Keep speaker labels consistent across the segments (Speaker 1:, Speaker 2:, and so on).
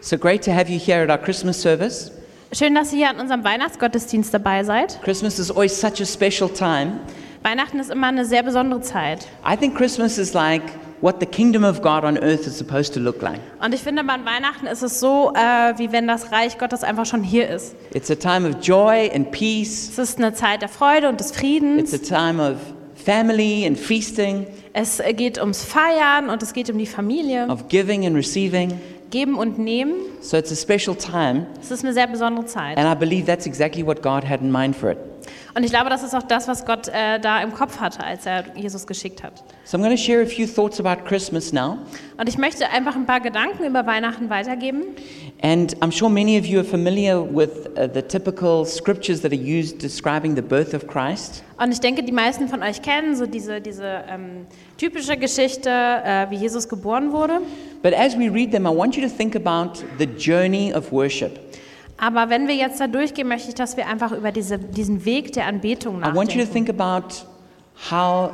Speaker 1: So great to have you here at our Christmas service.
Speaker 2: Schön, dass ihr hier an unserem Weihnachtsgottesdienst dabei seid.
Speaker 1: Christmas is always such a special time.
Speaker 2: Weihnachten ist immer eine sehr besondere Zeit.
Speaker 1: I think Christmas is like what the kingdom of God on earth is supposed to look like.
Speaker 2: Und ich finde, an Weihnachten ist es so, äh, wie wenn das Reich Gottes einfach schon hier ist.
Speaker 1: It's a time of joy and peace,
Speaker 2: Es ist eine Zeit der Freude und des
Speaker 1: it's a
Speaker 2: Friedens.
Speaker 1: time of family and feasting,
Speaker 2: Es geht ums Feiern und es geht um die Familie.
Speaker 1: of giving and receiving.
Speaker 2: Geben und Nehmen.
Speaker 1: So it's a special time,
Speaker 2: Es ist eine sehr besondere Zeit.
Speaker 1: and I believe that's exactly what God had in mind for it.
Speaker 2: Und ich glaube, das ist auch das, was Gott äh, da im Kopf hatte, als er Jesus geschickt hat.
Speaker 1: So I'm going to share a few thoughts about Christmas now.
Speaker 2: Und ich möchte einfach ein paar Gedanken über Weihnachten weitergeben.
Speaker 1: And I'm sure many of you are familiar with uh, the typical scriptures that are used describing the birth of Christ.
Speaker 2: Und ich denke, die meisten von euch kennen so diese, diese ähm, typische Geschichte, äh, wie Jesus geboren wurde.
Speaker 1: But as we read them, I want you to think about the journey of worship.
Speaker 2: Aber wenn wir jetzt da durchgehen, möchte ich, dass wir einfach über diese, diesen Weg der Anbetung
Speaker 1: I want you to
Speaker 2: nachdenken.
Speaker 1: think about how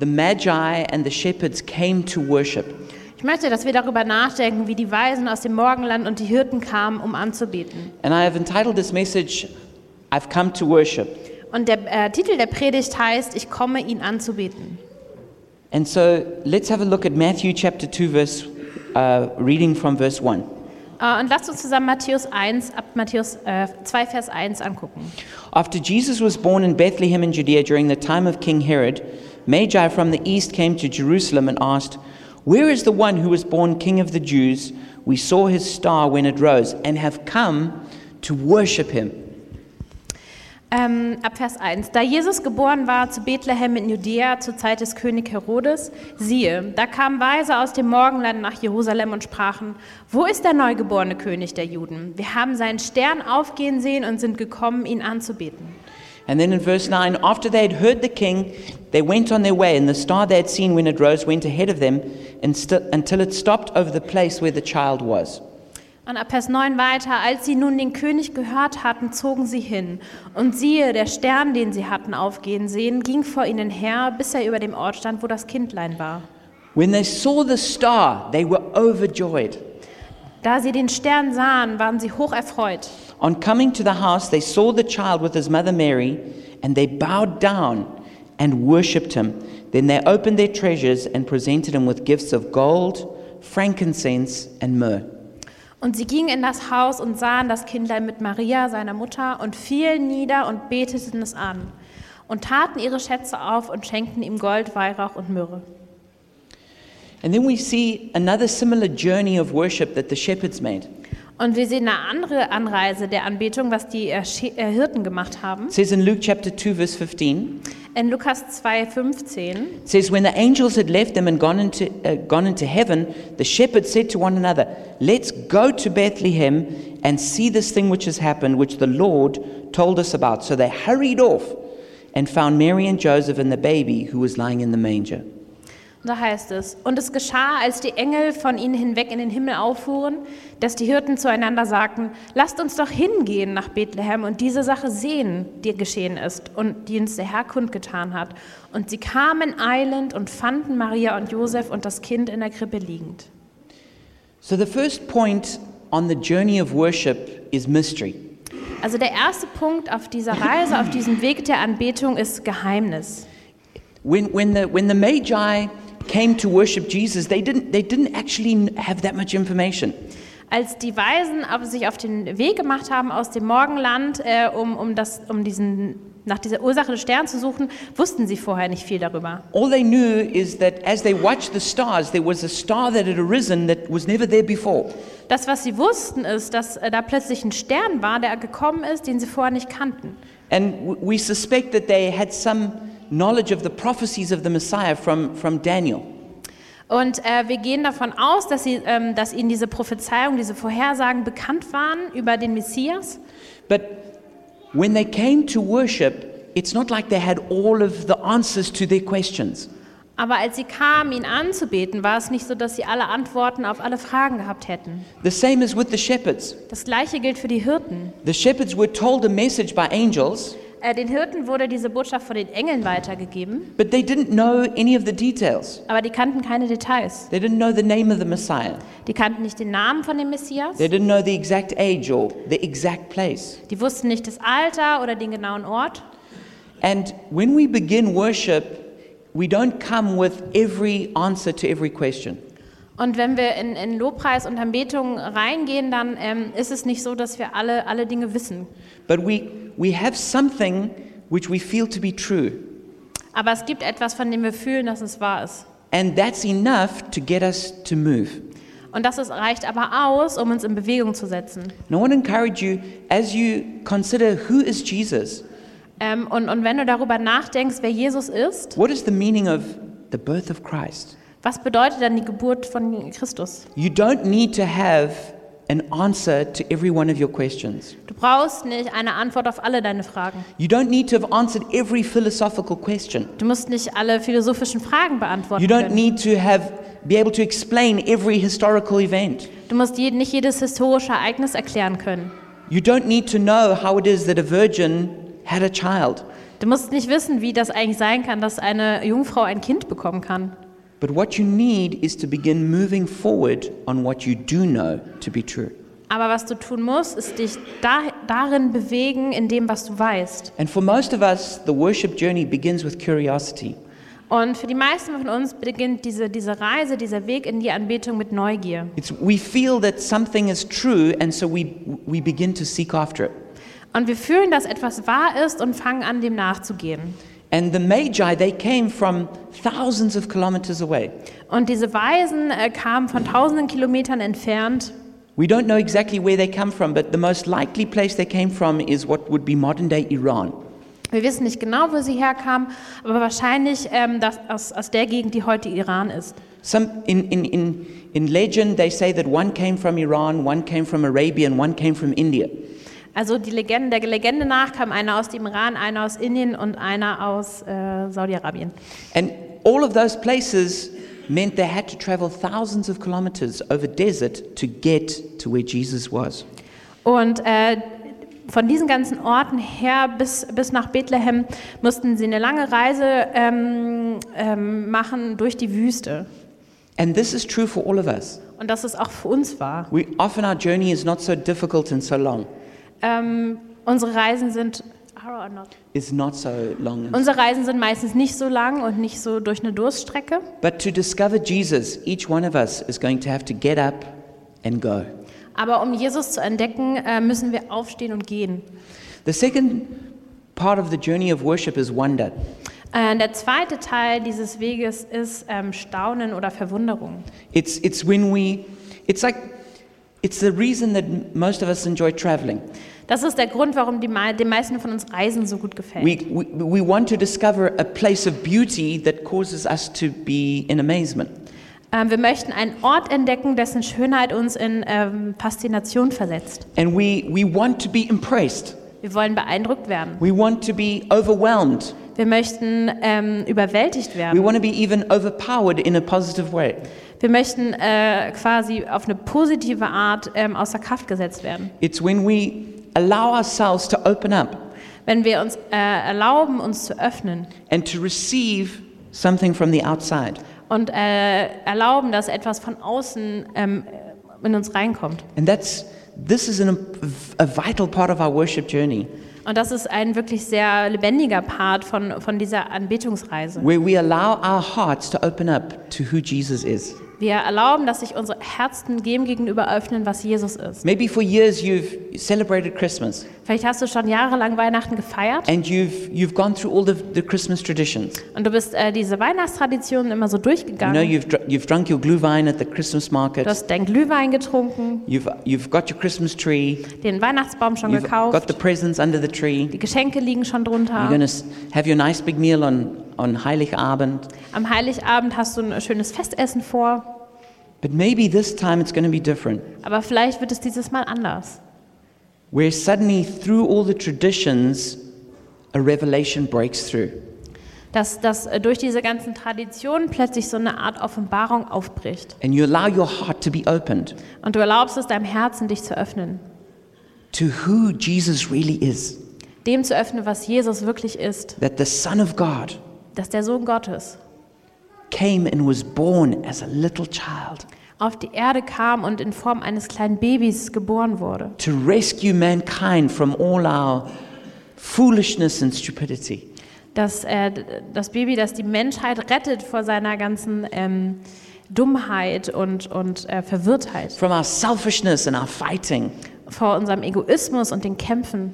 Speaker 1: the Magi and the shepherds came to worship.
Speaker 2: Ich möchte, dass wir darüber nachdenken, wie die Weisen aus dem Morgenland und die Hirten kamen, um anzubeten.
Speaker 1: And I have entitled this message, I've Come to Worship.
Speaker 2: Und der äh, Titel der Predigt heißt, ich komme, ihn anzubeten.
Speaker 1: And so let's have a look at Matthew chapter 2, verse, uh, reading from verse 1.
Speaker 2: Äh, und lasst uns zusammen Matthäus 1, ab Matthäus äh, 2, Vers 1 angucken.
Speaker 1: After Jesus was born in Bethlehem in Judea during the time of King Herod, Magi from the east came to Jerusalem and asked, Where is the one who was born King of the Jews? We saw his star when it rose and have come to worship him.
Speaker 2: Ähm, ab Vers 1. Da Jesus geboren war zu Bethlehem in Judäa zur Zeit des König Herodes, siehe, da kamen Weise aus dem Morgenland nach Jerusalem und sprachen, wo ist der neugeborene König der Juden? Wir haben seinen Stern aufgehen sehen und sind gekommen, ihn anzubeten.
Speaker 1: And then in verse 9, after they had heard the king, they went on their way, and the star they had seen when it rose went ahead of them and st- until it stopped over the place where the child was.
Speaker 2: Und ab Vers 9 weiter, als sie nun den König gehört hatten, zogen sie hin. Und siehe, der Stern, den sie hatten aufgehen sehen, ging vor ihnen her, bis er über dem Ort stand, wo das Kindlein war.
Speaker 1: When they saw the star, they were overjoyed.
Speaker 2: Da sie den Stern sahen, waren sie hoch erfreut.
Speaker 1: On coming to the house, they saw the child with his mother Mary, and they bowed down and worshipped him. Then they opened their treasures and presented him with gifts of gold, frankincense, and myrrh.
Speaker 2: Und sie gingen in das Haus und sahen das Kindlein mit Maria, seiner Mutter, und fielen nieder und beteten es an. Und taten ihre Schätze auf und schenkten ihm Gold, Weihrauch und Myrrhe.
Speaker 1: And then we see another similar journey of worship that the shepherds made. It
Speaker 2: Und wir sehen eine andere Anreise der Anbetung, was die äh, Sche- äh, Hirten gemacht haben.
Speaker 1: says in Luke chapter 2, verse 15,
Speaker 2: In Lukas 2,15.
Speaker 1: it says, When the angels had left them and gone into, uh, gone into heaven, the shepherds said to one another, Let's go to Bethlehem and see this thing which has happened, which the Lord told us about. So they hurried off and found Mary and Joseph and the baby who was lying in the manger.
Speaker 2: Da heißt es, und es geschah, als die Engel von ihnen hinweg in den Himmel auffuhren, dass die Hirten zueinander sagten, lasst uns doch hingehen nach Bethlehem und diese Sache sehen, die geschehen ist und die uns der Herr kundgetan hat. Und sie kamen eilend und fanden Maria und Josef und das Kind in der Krippe liegend.
Speaker 1: So the first point on the journey of worship is mystery.
Speaker 2: Also der erste Punkt auf dieser Reise, auf diesem Weg der Anbetung ist Geheimnis.
Speaker 1: When, when, the, when the Magi came to worship Jesus, they didn't, they didn't actually have that much information.
Speaker 2: Als die Weisen auf- sich auf den Weg gemacht haben aus dem Morgenland, äh, um, um, das, um diesen, nach dieser Ursache des Sterns zu suchen, wussten sie vorher nicht viel darüber.
Speaker 1: All they knew is that as they watched the stars, there was a star that had arisen that was never there before.
Speaker 2: Das, was sie wussten, ist, dass äh, da plötzlich ein Stern war, der gekommen ist, den sie vorher nicht kannten.
Speaker 1: And w- we suspect that they had some knowledge of the prophecies of the Messiah from, from Daniel.
Speaker 2: Und äh, wir gehen davon aus, dass, sie, ähm, dass ihnen diese Prophezeiung, diese Vorhersagen bekannt waren über den Messias.
Speaker 1: But when they came to worship, it's not like they had all of the answers to their questions.
Speaker 2: Aber als sie kamen, ihn anzubeten, war es nicht so, dass sie alle Antworten auf alle Fragen gehabt hätten.
Speaker 1: The same as with the shepherds.
Speaker 2: Das gleiche gilt für die Hirten.
Speaker 1: The shepherds were told a message by angels,
Speaker 2: Äh, äh, den Hirten wurde diese Botschaft von den Engeln weitergegeben,
Speaker 1: But they didn't know any of the details.
Speaker 2: aber die kannten keine Details.
Speaker 1: They didn't know the name of the Messiah.
Speaker 2: Die kannten nicht den Namen von dem Messias,
Speaker 1: They didn't know the exact age or the exact place.
Speaker 2: die wussten nicht das Alter oder den genauen Ort.
Speaker 1: And when we begin worship, we don't come with every answer to every question.
Speaker 2: Und wenn wir in, in Lobpreis und Anbetung reingehen, dann ähm, ist es nicht so, dass wir alle, alle Dinge wissen.
Speaker 1: But we, we have something which we feel to be true.
Speaker 2: Aber es gibt etwas, von dem wir fühlen, dass es wahr ist.
Speaker 1: And that's enough to get us to move.
Speaker 2: Und das ist, reicht aber aus, um uns in Bewegung zu setzen.
Speaker 1: And I want to encourage you as you consider who is Jesus,
Speaker 2: Ähm, und, und wenn du darüber nachdenkst, wer Jesus ist,
Speaker 1: what is the meaning of the birth of Christ?
Speaker 2: was bedeutet dann die Geburt von Christus?
Speaker 1: You don't need to have an answer to every one of your questions.
Speaker 2: Du brauchst nicht eine Antwort auf alle deine Fragen.
Speaker 1: You don't need to have answered every philosophical question.
Speaker 2: Du musst nicht alle philosophischen Fragen beantworten
Speaker 1: You don't
Speaker 2: können.
Speaker 1: need to have be able to explain every historical event.
Speaker 2: Du musst je, nicht jedes historische Ereignis erklären können.
Speaker 1: You don't need to know how it is that a virgin had a child.
Speaker 2: Du musst nicht wissen, wie das eigentlich sein kann, dass eine Jungfrau ein Kind bekommen kann.
Speaker 1: But what you need is to begin moving forward on what you do know to be true.
Speaker 2: Aber was du tun musst, ist dich da, darin bewegen, in dem, was du weißt.
Speaker 1: And for most of us, the worship journey begins with curiosity.
Speaker 2: Und für die meisten von uns beginnt diese, diese Reise, dieser Weg in die Anbetung mit Neugier.
Speaker 1: It's, we feel that something is true, and so we, we begin to seek after it.
Speaker 2: Und wir fühlen, dass etwas wahr ist und fangen an, dem nachzugehen.
Speaker 1: And the Magi, they came from thousands of kilometers away.
Speaker 2: Und diese Weisen äh, kamen von tausenden Kilometern entfernt.
Speaker 1: We don't know exactly where they come from, but the most likely place they came from is what would be modern day Iran.
Speaker 2: Wir wissen nicht genau, wo sie herkamen, aber wahrscheinlich ähm, das, aus, aus der Gegend, die heute Iran ist.
Speaker 1: Some, in, in, in, in legend, they say that one came from Iran, one came from Arabia, and one came from India.
Speaker 2: Also die Legende, der Legende nach kam einer aus dem Iran, einer aus Indien und einer aus äh, Saudi-Arabien.
Speaker 1: And all of those places meant they had to travel thousands of kilometers over desert to get to where Jesus was.
Speaker 2: Und äh, von diesen ganzen Orten her bis, bis nach Bethlehem mussten sie eine lange Reise ähm, ähm, machen durch die Wüste.
Speaker 1: And this is true for all of us.
Speaker 2: Und das ist auch für uns wahr.
Speaker 1: We, often our journey is not so difficult and so long.
Speaker 2: Ähm, unsere Reisen sind
Speaker 1: It's not so long. and-
Speaker 2: unsere Reisen sind meistens nicht so lang und nicht so durch eine Durststrecke.
Speaker 1: But to discover Jesus, each one of us is going to have to get up and go.
Speaker 2: Aber um Jesus zu entdecken, äh, müssen wir aufstehen und gehen.
Speaker 1: The second part of the journey of worship is wonder.
Speaker 2: Äh, der zweite Teil dieses Weges ist ähm, Staunen oder Verwunderung.
Speaker 1: It's, it's when we, it's like, it's the reason that m- most of us enjoy traveling.
Speaker 2: Das ist der Grund, warum die, mei- den meisten von uns Reisen so gut gefällt.
Speaker 1: We, we, we want to discover a place of beauty that causes us to be in amazement.
Speaker 2: Ähm, wir möchten einen Ort entdecken, dessen Schönheit uns in ähm, Faszination versetzt.
Speaker 1: And we, we want to be impressed.
Speaker 2: Wir wollen beeindruckt werden.
Speaker 1: We want to be overwhelmed.
Speaker 2: Wir möchten ähm, überwältigt
Speaker 1: We
Speaker 2: werden.
Speaker 1: want to be even overpowered in a positive way.
Speaker 2: Wir möchten äh, quasi auf eine positive Art ähm, außer Kraft gesetzt werden.
Speaker 1: It's when we allow ourselves to open up
Speaker 2: Wenn wir uns äh, erlauben, uns zu öffnen
Speaker 1: and to receive something from the outside.
Speaker 2: und äh, erlauben, dass etwas von außen ähm, in uns reinkommt.
Speaker 1: And that's, this is an, imp- a vital part of our worship journey
Speaker 2: Und das ist ein wirklich sehr lebendiger Part von, von dieser Anbetungsreise.
Speaker 1: where we allow our hearts to open up to who Jesus is.
Speaker 2: Wir erlauben, dass sich unsere Herzen dem gegenüber öffnen, was Jesus ist.
Speaker 1: Maybe for years you've celebrated Christmas.
Speaker 2: Vielleicht hast du schon jahrelang Weihnachten gefeiert
Speaker 1: And you've, you've gone through all the, the Christmas traditions.
Speaker 2: und du bist äh, diese Weihnachtstraditionen immer so
Speaker 1: You know,
Speaker 2: durchgegangen.
Speaker 1: you've, dr- you've drunk your Glühwein at the Christmas
Speaker 2: Du
Speaker 1: market.
Speaker 2: hast deinen Glühwein getrunken,
Speaker 1: You've, you've got your Christmas tree.
Speaker 2: den Weihnachtsbaum schon
Speaker 1: You've got
Speaker 2: gekauft,
Speaker 1: the presents under the tree.
Speaker 2: die Geschenke liegen schon
Speaker 1: You're
Speaker 2: drunter.
Speaker 1: going to have your nice big meal on, on Heiligabend.
Speaker 2: Am Heiligabend hast du ein schönes Festessen vor,
Speaker 1: But maybe this time it's going to be different.
Speaker 2: aber vielleicht wird es dieses Mal anders.
Speaker 1: Where suddenly, through all the traditions, a revelation breaks through.
Speaker 2: Dass, dass äh, durch diese ganzen Traditionen plötzlich so eine Art Offenbarung aufbricht.
Speaker 1: And you allow your heart to be opened
Speaker 2: Und du erlaubst es deinem Herzen, dich zu öffnen.
Speaker 1: to who Jesus really is.
Speaker 2: dem zu öffnen, was Jesus wirklich ist,
Speaker 1: that the Son of God
Speaker 2: dass der Sohn Gottes
Speaker 1: came and was born as a little child
Speaker 2: auf die Erde kam und in Form eines kleinen Babys geboren wurde,
Speaker 1: to rescue mankind from all our foolishness and stupidity.
Speaker 2: dass äh, das Baby, das die Menschheit rettet vor seiner ganzen ähm, Dummheit und, und äh, Verwirrtheit,
Speaker 1: from our selfishness and our fighting,
Speaker 2: vor unserem Egoismus und den Kämpfen,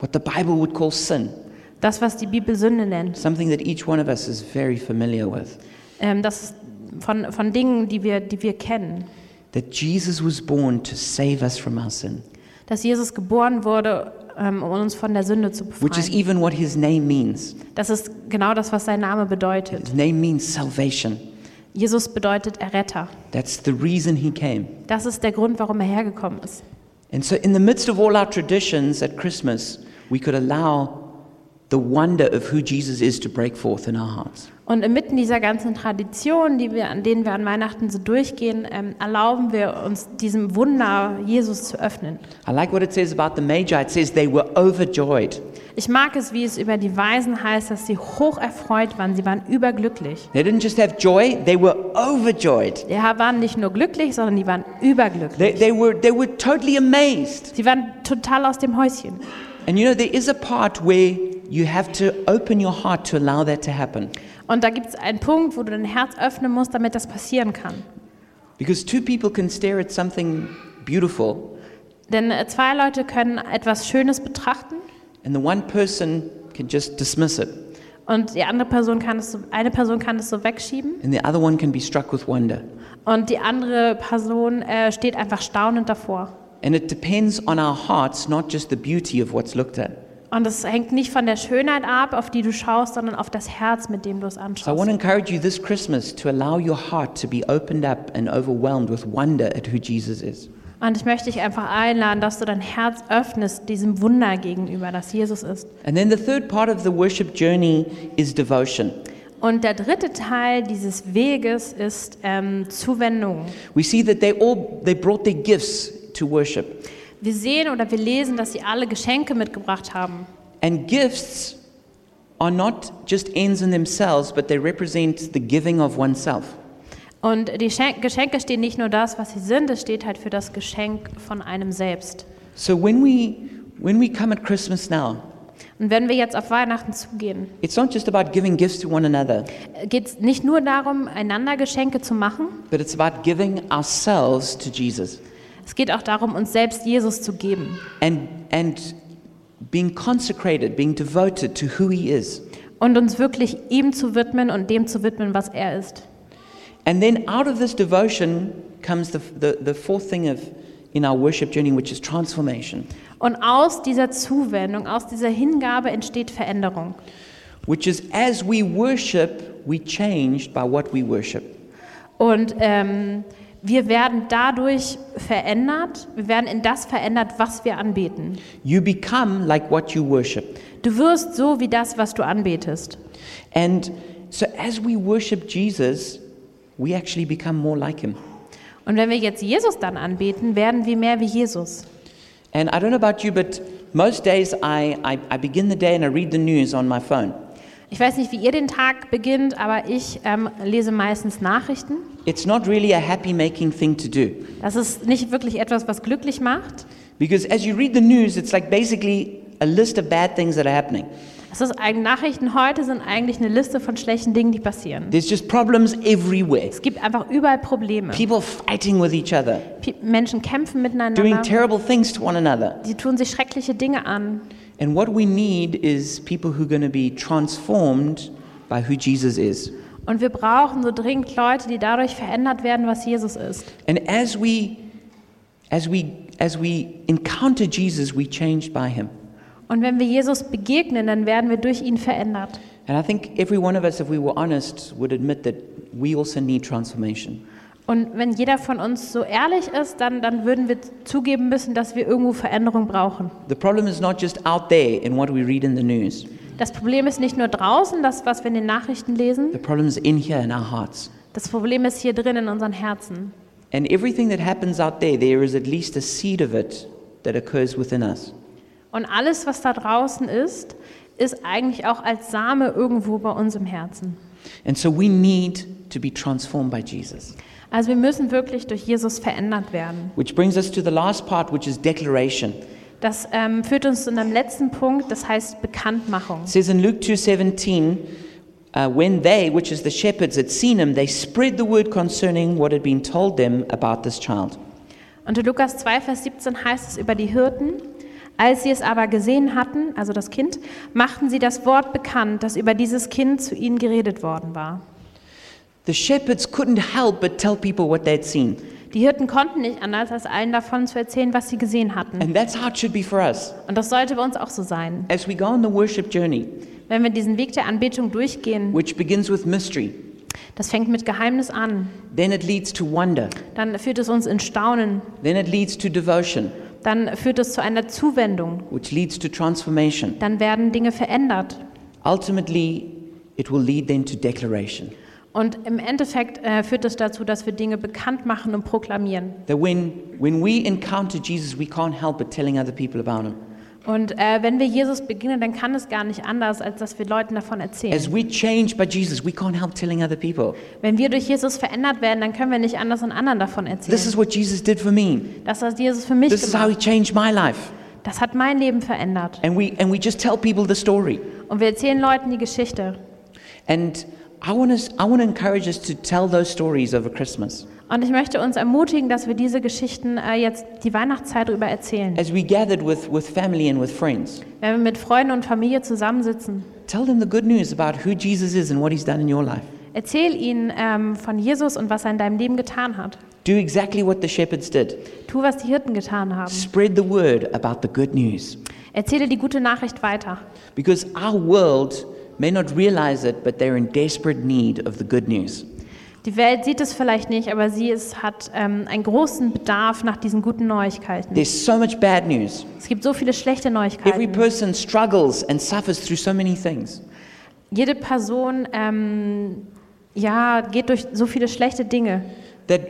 Speaker 1: what the Bible would call sin,
Speaker 2: das, was die Bibel Sünde nennt,
Speaker 1: something that each one of us is very familiar with.
Speaker 2: ähm, das von, von Dingen, die wir, die wir kennen,
Speaker 1: That Jesus was born to save us from our sin,
Speaker 2: dass Jesus geboren wurde, ähm, um uns von der Sünde zu
Speaker 1: which is
Speaker 2: befreien.
Speaker 1: even what his name means.
Speaker 2: Das ist genau das, was sein Name bedeutet.
Speaker 1: His name means salvation.
Speaker 2: Jesus bedeutet Erretter.
Speaker 1: That's the reason he came.
Speaker 2: Das ist der Grund, warum er hergekommen ist.
Speaker 1: And so, in the midst of all our traditions at Christmas, we could allow the wonder of who Jesus is to break forth in our hearts.
Speaker 2: Und inmitten dieser ganzen Tradition, die wir, an denen wir an Weihnachten so durchgehen, ähm, erlauben wir uns diesem Wunder Jesus zu öffnen.
Speaker 1: I like what it says about the Magi. It says they were overjoyed.
Speaker 2: Ich mag es, wie es über die Weisen heißt, dass sie hoch erfreut waren. Sie waren überglücklich.
Speaker 1: They didn't just have joy, they were overjoyed.
Speaker 2: Die waren nicht nur glücklich, sondern die waren überglücklich.
Speaker 1: They, they, were, they were totally amazed.
Speaker 2: Sie waren total aus dem Häuschen.
Speaker 1: And you know, there is a part where you have to open your heart to allow that to happen.
Speaker 2: Und da gibt es einen Punkt, wo du dein Herz öffnen musst, damit das passieren kann.
Speaker 1: Because two people can stare at something beautiful,
Speaker 2: Denn äh, zwei Leute können etwas Schönes betrachten
Speaker 1: and the one person can just dismiss it,
Speaker 2: und die andere Person kann es so, eine Person kann es so wegschieben
Speaker 1: and the other one can be struck with wonder.
Speaker 2: und die andere Person äh, steht einfach staunend davor.
Speaker 1: And it depends on our hearts, not just the beauty of what's looked at.
Speaker 2: Und es hängt nicht von der Schönheit ab, auf die du schaust, sondern auf das Herz, mit dem du es
Speaker 1: So I want
Speaker 2: anschaust.
Speaker 1: to encourage you this Christmas to allow your heart to be opened up and overwhelmed with wonder at who Jesus is.
Speaker 2: Und ich möchte dich einfach einladen, dass du dein Herz öffnest diesem Wunder gegenüber, das Jesus ist.
Speaker 1: And then the third part of the worship journey is devotion.
Speaker 2: Und der dritte Teil dieses Weges ist ähm, Zuwendung.
Speaker 1: We see that they all they brought their gifts to worship.
Speaker 2: Wir sehen oder wir lesen, dass sie alle Geschenke mitgebracht haben.
Speaker 1: And gifts are not just ends in themselves, but they represent the giving of oneself.
Speaker 2: Und die Schen Geschenke stehen nicht nur das, was sie sind, es steht halt für das Geschenk von einem selbst.
Speaker 1: So when we when we come at Christmas now,
Speaker 2: Und wenn wir jetzt auf Weihnachten zugehen,
Speaker 1: it's not just about giving gifts to one another,
Speaker 2: geht es nicht nur darum, einander Geschenke zu machen,
Speaker 1: but it's about giving ourselves to Jesus
Speaker 2: es geht auch darum, uns selbst Jesus zu geben
Speaker 1: and and being consecrated, being devoted to who he is.
Speaker 2: und uns wirklich ihm zu widmen und dem zu widmen, was er ist.
Speaker 1: And then out of this devotion comes the, the, the fourth thing of in our worship journey, which is transformation.
Speaker 2: Und aus dieser Zuwendung, aus dieser Hingabe entsteht Veränderung.
Speaker 1: which is as we worship, we changed by what we worship.
Speaker 2: Und ähm, wir werden dadurch verändert, wir werden in das verändert, was wir anbeten.
Speaker 1: You become like what you worship.
Speaker 2: Du wirst so wie das, was du anbetest.
Speaker 1: And so as we worship Jesus, we actually become more like him.
Speaker 2: Und wenn wir jetzt Jesus dann anbeten, werden wir mehr wie Jesus.
Speaker 1: And I don't know about you, but most days I, I, I begin the day and I read the news on my phone.
Speaker 2: Ich weiß nicht, wie ihr den Tag beginnt, aber ich ähm, lese meistens Nachrichten.
Speaker 1: It's not really a happy making thing to do.
Speaker 2: Das ist nicht wirklich etwas, was glücklich macht.
Speaker 1: Because as you read the news, it's like basically a list of bad things that are happening.
Speaker 2: Es ist eigentlich Nachrichten heute sind eigentlich eine Liste von schlechten Dingen, die passieren.
Speaker 1: There's just problems everywhere.
Speaker 2: Es gibt einfach überall Probleme.
Speaker 1: People fighting with each other,
Speaker 2: Pi- Menschen
Speaker 1: doing
Speaker 2: kämpfen miteinander.
Speaker 1: terrible things to one another.
Speaker 2: Sie tun sich schreckliche Dinge an.
Speaker 1: And what we need is people who are going to be transformed by who Jesus is.
Speaker 2: Und wir brauchen so dringend Leute, die dadurch verändert werden, was Jesus ist.
Speaker 1: And as we as we as we encounter Jesus, we changed by him.
Speaker 2: Und wenn wir Jesus begegnen, dann werden wir durch ihn verändert.
Speaker 1: And I think every one of us if we were honest would admit that we also need transformation.
Speaker 2: Und wenn jeder von uns so ehrlich ist, dann, dann würden wir zugeben müssen, dass wir irgendwo Veränderung brauchen.
Speaker 1: The problem is not just out there in what we read in the news.
Speaker 2: Das Problem ist nicht nur draußen, das, was wir in den Nachrichten lesen.
Speaker 1: The problem is in here in our hearts.
Speaker 2: Das Problem ist hier drin in unseren Herzen.
Speaker 1: And everything that happens out there there is at least a seed of it that occurs within us.
Speaker 2: Und alles, was da draußen ist, ist eigentlich auch als Same irgendwo bei uns im Herzen.
Speaker 1: And so we need to be transformed by Jesus.
Speaker 2: Also wir müssen wirklich durch Jesus verändert werden.
Speaker 1: Which brings us to the last part, which is declaration.
Speaker 2: Das ähm, führt uns zu einem letzten Punkt, das heißt Bekanntmachung.
Speaker 1: It says in Luke 2:17, uh, when they, which is the shepherds, had seen him, they spread the word concerning what had been told them about this child.
Speaker 2: Und in Lukas 2, Vers 17 heißt es über die Hirten, als sie es aber gesehen hatten, also das Kind, machten sie das Wort bekannt, das über dieses Kind zu ihnen geredet worden war.
Speaker 1: The shepherds couldn't help but tell people what they'd seen.
Speaker 2: Die Hirten konnten nicht anders, als allen davon zu erzählen, was sie gesehen hatten.
Speaker 1: And that's how it should be for us.
Speaker 2: Und das sollte bei uns auch so sein.
Speaker 1: As we go on the worship journey,
Speaker 2: Wenn wir diesen Weg der Anbetung durchgehen,
Speaker 1: which begins with mystery,
Speaker 2: das fängt mit Geheimnis an,
Speaker 1: then it leads to wonder,
Speaker 2: dann führt es uns in Staunen,
Speaker 1: then it leads to devotion,
Speaker 2: dann führt es zu einer Zuwendung,
Speaker 1: which leads to transformation.
Speaker 2: dann werden Dinge verändert.
Speaker 1: Ultimately, it will lead then to declaration.
Speaker 2: Und im Endeffekt äh, führt es dazu, dass wir Dinge bekannt machen und proklamieren.
Speaker 1: That when, when we encounter Jesus, we can't help but telling other people about him.
Speaker 2: Und äh, wenn wir Jesus begegnen, dann kann es gar nicht anders, als dass wir Leuten davon
Speaker 1: As
Speaker 2: erzählen.
Speaker 1: we change by Jesus, we can't help telling other people.
Speaker 2: Wenn wir durch Jesus verändert werden, dann können wir nicht anders und anderen davon
Speaker 1: This
Speaker 2: erzählen.
Speaker 1: is what Jesus did for me.
Speaker 2: Das hat Jesus für mich
Speaker 1: This is how he
Speaker 2: gemacht.
Speaker 1: changed my life.
Speaker 2: Das hat mein Leben verändert.
Speaker 1: And we, and we just tell people the story.
Speaker 2: Und wir erzählen Leuten die Geschichte.
Speaker 1: And I want to I want to encourage us to tell those stories over Christmas.
Speaker 2: Und ich möchte uns ermutigen, dass wir diese Geschichten äh, jetzt die Weihnachtszeit über erzählen.
Speaker 1: As we gathered with, with family and with friends,
Speaker 2: Wenn wir mit Freunden und Familie zusammensitzen,
Speaker 1: tell them the good news about who Jesus is and what he's done in your life.
Speaker 2: erzähl ihnen ähm, von Jesus und was er in deinem Leben getan hat.
Speaker 1: Do exactly what the shepherds did.
Speaker 2: Tu, was die Hirten getan haben.
Speaker 1: Spread the word about the good news.
Speaker 2: Erzähle die gute Nachricht weiter.
Speaker 1: Because our world may not realize it, but they're in desperate need of the good news.
Speaker 2: Die Welt sieht es vielleicht nicht, aber sie ist, hat ähm, einen großen Bedarf nach diesen guten Neuigkeiten.
Speaker 1: There's so much bad news.
Speaker 2: Es gibt so viele schlechte
Speaker 1: Every
Speaker 2: Neuigkeiten.
Speaker 1: person struggles and suffers through so many things.
Speaker 2: Jede Person ähm, ja, geht durch so viele schlechte Dinge,
Speaker 1: That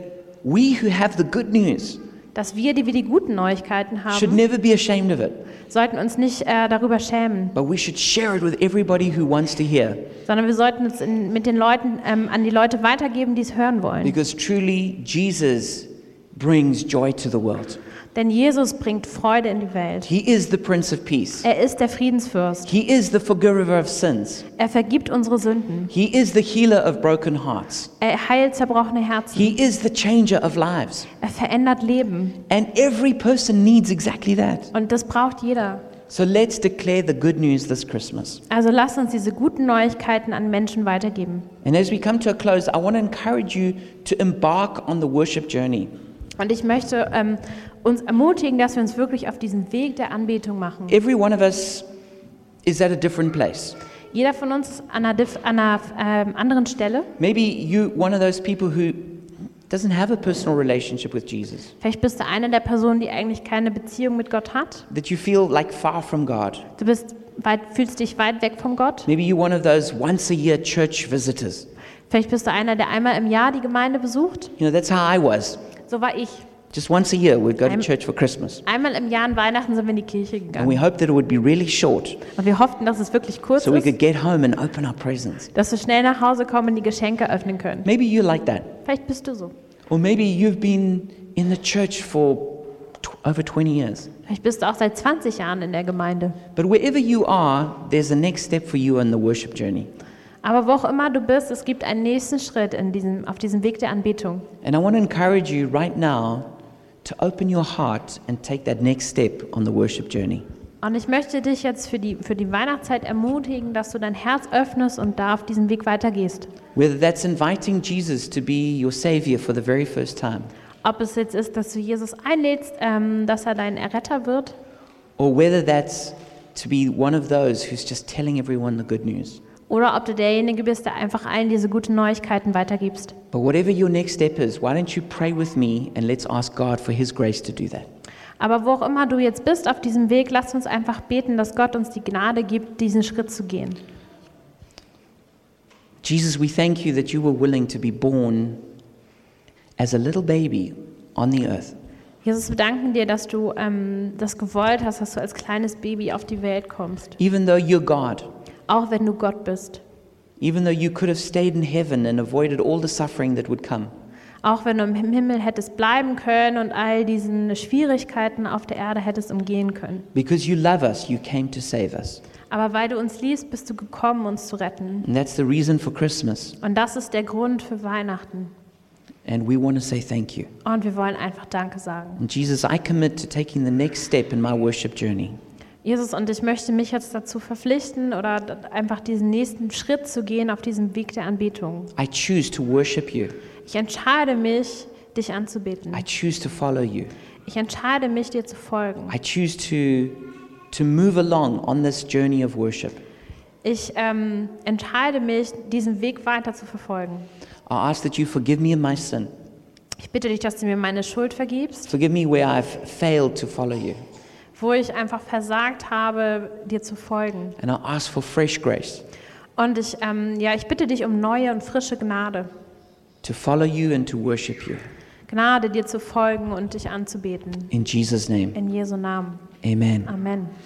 Speaker 1: we who have the good news
Speaker 2: dass wir, die wir die guten Neuigkeiten
Speaker 1: should
Speaker 2: haben,
Speaker 1: never be ashamed of it.
Speaker 2: sollten uns nicht äh, darüber schämen,
Speaker 1: But we should share it with everybody who wants to hear.
Speaker 2: sondern wir sollten es in, mit den Leuten ähm, an die Leute weitergeben, die es hören wollen.
Speaker 1: Because truly, Jesus brings joy to the world.
Speaker 2: Denn Jesus bringt Freude in die Welt.
Speaker 1: He is the Prince of Peace.
Speaker 2: Er ist der Friedensfürst.
Speaker 1: He is the forgiver of sins.
Speaker 2: Er vergibt unsere Sünden.
Speaker 1: He is the healer of broken hearts.
Speaker 2: Er heilt zerbrochene Herzen.
Speaker 1: He is the changer of lives.
Speaker 2: Er verändert Leben.
Speaker 1: And every person needs exactly that.
Speaker 2: Und das braucht jeder.
Speaker 1: So let's declare the good news this Christmas.
Speaker 2: Also lasst uns diese guten Neuigkeiten an Menschen weitergeben.
Speaker 1: And as we come to a close, I want to encourage you to embark on the worship journey.
Speaker 2: Und ich möchte ähm, uns ermutigen, dass wir uns wirklich auf diesen Weg der Anbetung machen.
Speaker 1: Every one of us is at a different place.
Speaker 2: Jeder von uns ist an einer, diff- an einer ähm, anderen Stelle.
Speaker 1: Maybe you one of those people who doesn't have a personal relationship with Jesus.
Speaker 2: Vielleicht bist du eine der Personen, die eigentlich keine Beziehung mit Gott hat.
Speaker 1: That you feel like far from God.
Speaker 2: Du bist weit, fühlst dich weit weg von Gott.
Speaker 1: Maybe you're one of those once a year church visitors.
Speaker 2: Vielleicht bist du einer, der einmal im Jahr die Gemeinde besucht.
Speaker 1: You know, that's how I was.
Speaker 2: So war ich.
Speaker 1: Just once a year we'd go to
Speaker 2: I'm-
Speaker 1: church for Christmas.
Speaker 2: Einmal im Jahr an Weihnachten sind wir in die Kirche
Speaker 1: And
Speaker 2: gegangen.
Speaker 1: we hoped that it would be really short
Speaker 2: Und wir hofften, dass es wirklich kurz
Speaker 1: so we could
Speaker 2: ist,
Speaker 1: get home and open our presents.
Speaker 2: dass wir schnell nach Hause kommen und die Geschenke öffnen können.
Speaker 1: Maybe you're like that.
Speaker 2: Vielleicht bist du so.
Speaker 1: Or maybe you've been in the church for tw- over 20 years.
Speaker 2: Vielleicht bist du auch seit 20 Jahren in der Gemeinde.
Speaker 1: But wherever you are, there's a next step for you on the worship journey.
Speaker 2: Aber wo auch immer du bist, es gibt einen nächsten Schritt in diesem, auf diesem Weg der Anbetung.
Speaker 1: And I want to encourage you right now to open your heart and take that next step on the worship journey.
Speaker 2: Und ich möchte dich jetzt für die, für die Weihnachtszeit ermutigen, dass du dein Herz öffnest und da auf diesem Weg weitergehst.
Speaker 1: Whether that's inviting Jesus to be your savior for the very first time,
Speaker 2: Ob es jetzt ist, dass du Jesus einlädst, ähm, dass er dein Erretter wird,
Speaker 1: or whether that's to be one of those who's just telling everyone the good news.
Speaker 2: oder ob du derjenige bist, der einfach allen diese guten Neuigkeiten weitergibst.
Speaker 1: But whatever your next step is, why don't you pray with me and let's ask God for his grace to do that.
Speaker 2: Aber wo auch immer du jetzt bist auf diesem Weg, lass uns einfach beten, dass Gott uns die Gnade gibt, diesen Schritt zu gehen.
Speaker 1: Jesus, we thank you that you were willing to be born as a little baby on the earth.
Speaker 2: Jesus, wir danken dir, dass du ähm, das gewollt hast, dass du als kleines Baby auf die Welt kommst,
Speaker 1: even though you're God,
Speaker 2: auch wenn du Gott bist,
Speaker 1: even though you could have stayed in heaven and avoided all the suffering that would come.
Speaker 2: auch wenn du im Himmel hättest bleiben können und all diesen Schwierigkeiten auf der Erde hättest umgehen können.
Speaker 1: Because you love us, you came to save us.
Speaker 2: Aber weil du uns liebst, bist du gekommen, uns zu retten.
Speaker 1: And that's the reason for Christmas.
Speaker 2: Und das ist der Grund für Weihnachten.
Speaker 1: And we want to say thank you.
Speaker 2: Und wir wollen einfach Danke sagen.
Speaker 1: And Jesus, I commit to taking the next step in my worship journey.
Speaker 2: Jesus, und ich möchte mich jetzt dazu verpflichten oder d- einfach diesen nächsten Schritt zu gehen auf diesem Weg der Anbetung.
Speaker 1: I choose to worship you.
Speaker 2: Ich entscheide mich, dich anzubeten.
Speaker 1: I choose to follow you.
Speaker 2: Ich entscheide mich, dir zu folgen.
Speaker 1: I choose to to move along on this journey of worship.
Speaker 2: Ich ähm, entscheide mich, diesen Weg weiter zu verfolgen.
Speaker 1: I ask that you forgive me of my sin.
Speaker 2: Ich bitte dich, dass du mir meine Schuld vergibst,
Speaker 1: Forgive me where I've failed to follow you.
Speaker 2: wo ich einfach versagt habe, dir zu folgen.
Speaker 1: And I ask for fresh grace
Speaker 2: Und ich, ähm, ja, ich bitte dich um neue und frische Gnade.
Speaker 1: to follow you and to worship you.
Speaker 2: Gnade, dir zu folgen und dich anzubeten.
Speaker 1: In Jesus' name.
Speaker 2: In Jesu Namen.
Speaker 1: Amen.
Speaker 2: Amen.